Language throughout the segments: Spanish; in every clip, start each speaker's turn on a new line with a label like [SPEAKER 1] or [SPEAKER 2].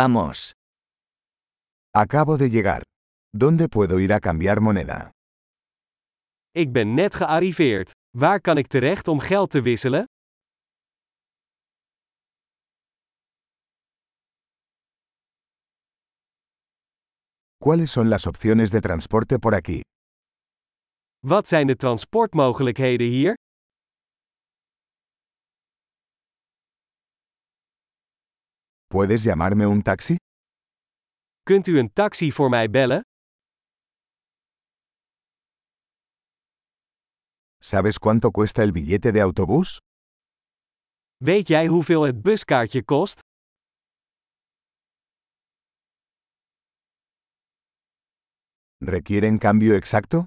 [SPEAKER 1] Vamos.
[SPEAKER 2] Acabo de llegar. ¿Dónde puedo ir a cambiar moneda?
[SPEAKER 3] Ik ben net gearriveerd. Waar kan ik terecht om geld te wisselen?
[SPEAKER 2] ¿Cuáles son las opciones de transporte por aquí?
[SPEAKER 3] Wat zijn de transportmogelijkheden hier?
[SPEAKER 2] ¿Puedes llamarme un taxi?
[SPEAKER 3] Kunt u een taxi voor mij bellen?
[SPEAKER 2] ¿Sabes cuánto cuesta el billete de autobús?
[SPEAKER 3] Weet jij hoeveel het buskaartje kost?
[SPEAKER 2] ¿Requieren cambio exacto?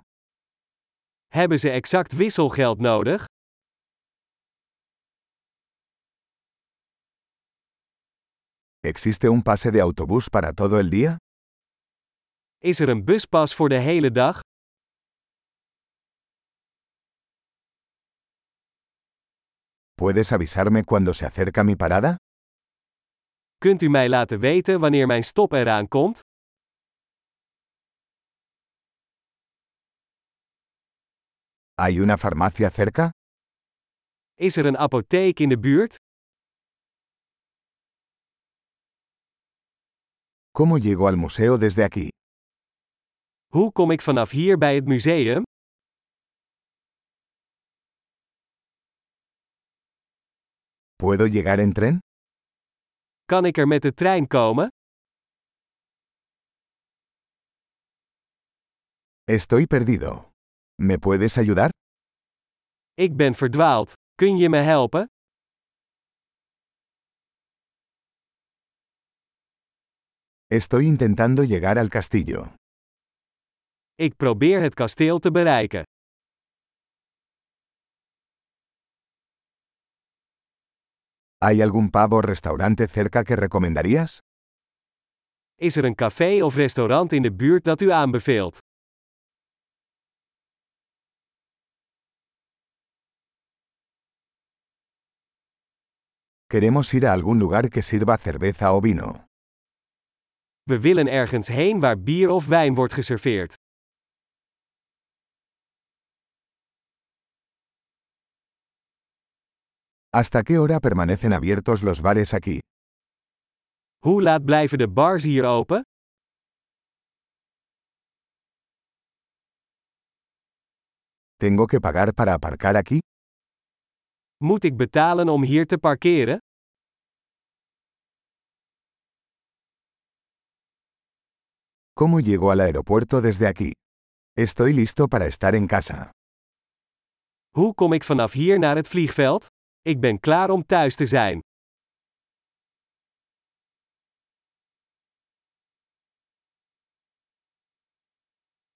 [SPEAKER 3] Hebben ze exact wisselgeld nodig?
[SPEAKER 2] ¿Existe un pase de autobús para todo el día?
[SPEAKER 3] Is er een buspas voor de hele dag?
[SPEAKER 2] ¿Puedes avisarme cuando se acerca mi parada?
[SPEAKER 3] Kunt u mij laten weten wanneer mijn stop eraan komt?
[SPEAKER 2] ¿Hay una farmacia cerca?
[SPEAKER 3] Is er een apotheek in de buurt?
[SPEAKER 2] ¿Cómo llego al museo desde aquí?
[SPEAKER 3] Hoe kom ik vanaf hier bij het museum?
[SPEAKER 2] ¿Puedo llegar en tren?
[SPEAKER 3] Kan ik er met de trein komen?
[SPEAKER 2] Estoy perdido. ¿Me puedes ayudar?
[SPEAKER 3] Ik ben verdwaald. Kun je me helpen?
[SPEAKER 2] Estoy intentando llegar al castillo.
[SPEAKER 3] Ik probeer het kasteel te bereiken.
[SPEAKER 2] ¿Hay algún pavo o restaurante cerca que recomendarías?
[SPEAKER 3] Is er een café of restaurant in de buurt dat u aanbeveelt?
[SPEAKER 2] Queremos ir a algún lugar que sirva cerveza o vino.
[SPEAKER 3] We willen ergens heen waar bier of wijn wordt geserveerd.
[SPEAKER 2] ¿Hasta qué hora permanecen abiertos los bares aquí?
[SPEAKER 3] Hoe laat blijven de bars hier open?
[SPEAKER 2] ¿Tengo que pagar para aparcar aquí?
[SPEAKER 3] Moet ik betalen om hier te parkeren?
[SPEAKER 2] ¿Cómo llego al aeropuerto desde aquí? Estoy listo para estar en casa.
[SPEAKER 3] Hoe kom ik vanaf hier naar het vliegveld? Ik ben klaar om thuis te zijn.